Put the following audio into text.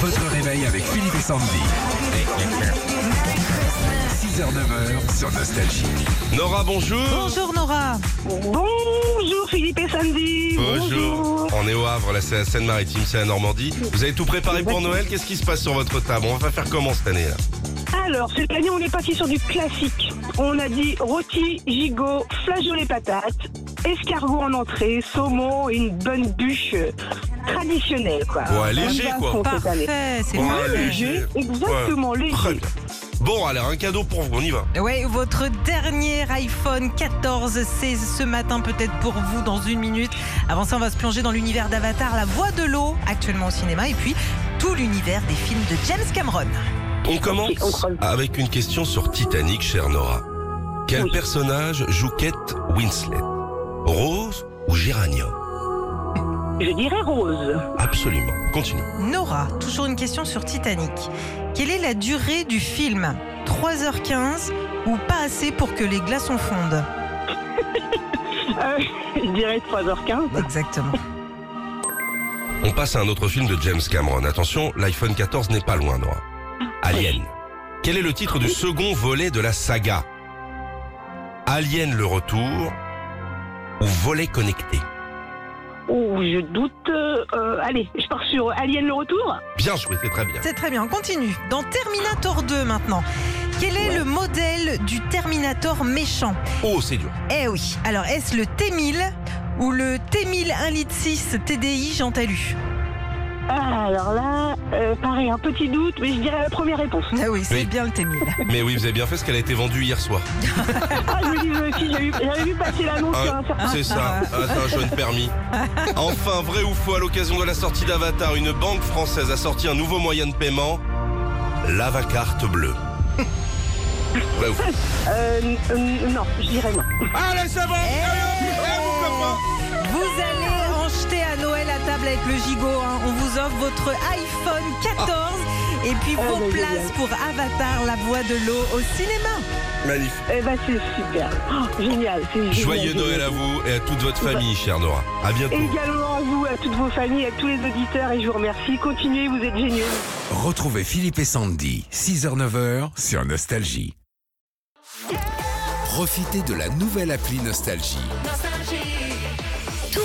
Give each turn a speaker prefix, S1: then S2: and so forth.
S1: Votre réveil avec Philippe et Sandy. 6h-9h sur Nostalgie.
S2: Nora, bonjour.
S3: Bonjour Nora.
S4: Bonjour Philippe et Sandy.
S2: On est au Havre, là, c'est la Seine-Maritime, c'est la Normandie. Vous avez tout préparé pour Noël Qu'est-ce qui se passe sur votre table On va faire comment cette année là
S4: Alors, cette année, on est parti sur du classique. On a dit rôti, gigot, flageolet patates, escargot en entrée, saumon et une bonne bûche euh, traditionnelle. Quoi.
S2: Ouais, léger,
S4: On y va
S2: quoi.
S4: à fond cette année.
S3: Parfait, c'est
S2: Ouais,
S3: cool.
S2: léger.
S4: Exactement, léger.
S2: Très bien. Bon, alors, un cadeau pour vous, on y va.
S3: Ouais, votre dernier iPhone 14, c'est ce matin peut-être pour vous dans une minute. Avant ça, on va se plonger dans l'univers d'Avatar, la voix de l'eau, actuellement au cinéma, et puis tout l'univers des films de James Cameron.
S2: On commence
S4: on creuse.
S2: avec une question sur Titanic, chère Nora. Quel
S4: Oui.
S2: personnage joue Kate Winslet Rose ou Géranium
S4: Je dirais rose.
S2: Absolument. Continue.
S3: Nora, toujours une question sur Titanic. Quelle est la durée du film 3h15 ou pas assez pour que les glaçons fondent
S4: Euh, je dirais 3h15.
S3: Exactement.
S2: On passe à un autre film de James Cameron. Attention, l'iPhone 14 n'est pas loin, Nora. Alien. Quel est le titre du second volet de la saga Alien le retour ou volet connecté
S4: Oh, je doute. euh, euh, allez, je pars sur Alien le retour.
S2: Bien joué, c'est très bien.
S3: C'est très bien, on continue. Dans Terminator 2 maintenant, quel est le modèle du Terminator méchant
S2: Oh, c'est dur.
S3: Eh oui, alors est-ce le T1000 ou le T1000 1 litre 6 TDI Jean Talu
S4: Ah, alors là, euh, pareil, un petit doute, mais je dirais la première réponse.
S3: Ah oui, c'est
S2: Oui.
S3: bien le T1000.
S2: Mais oui, vous avez bien fait parce qu'elle a été vendue hier soir.
S4: Ah, je me dis, moi aussi, j'avais vu- j'avais vu passer l'annonce sur
S2: Hein,
S4: un certain
S2: c'est ça, Ah, c'est un jeune permis. Enfin, vrai ou faux, à l'occasion de la sortie d'Avatar, une banque française a sorti un nouveau moyen de paiement, l'avacarte bleue. Vrai ou faux
S4: Euh, euh, non, je dirais non.
S2: Allez, ça va
S3: Vous allez en jeter à Noël à table avec le gigot. hein. On vous offre votre iPhone 14 et puis
S4: Ah,
S3: vos
S4: bah,
S3: places
S4: génial.
S3: pour Avatar, la voix de l'eau au cinéma.
S2: Magnifique.
S4: Eh ben, c'est super. Oh, génial, c'est génial.
S2: Joyeux Noël à vous et à toute votre famille, chère Nora. À bientôt.
S4: Également à vous, à toutes vos familles, à tous les auditeurs, et je vous remercie. Continuez, vous êtes géniaux.
S5: Retrouvez Philippe et Sandy, 6h-9h sur Nostalgie. Profitez de la nouvelle appli Nostalgie.
S6: Tous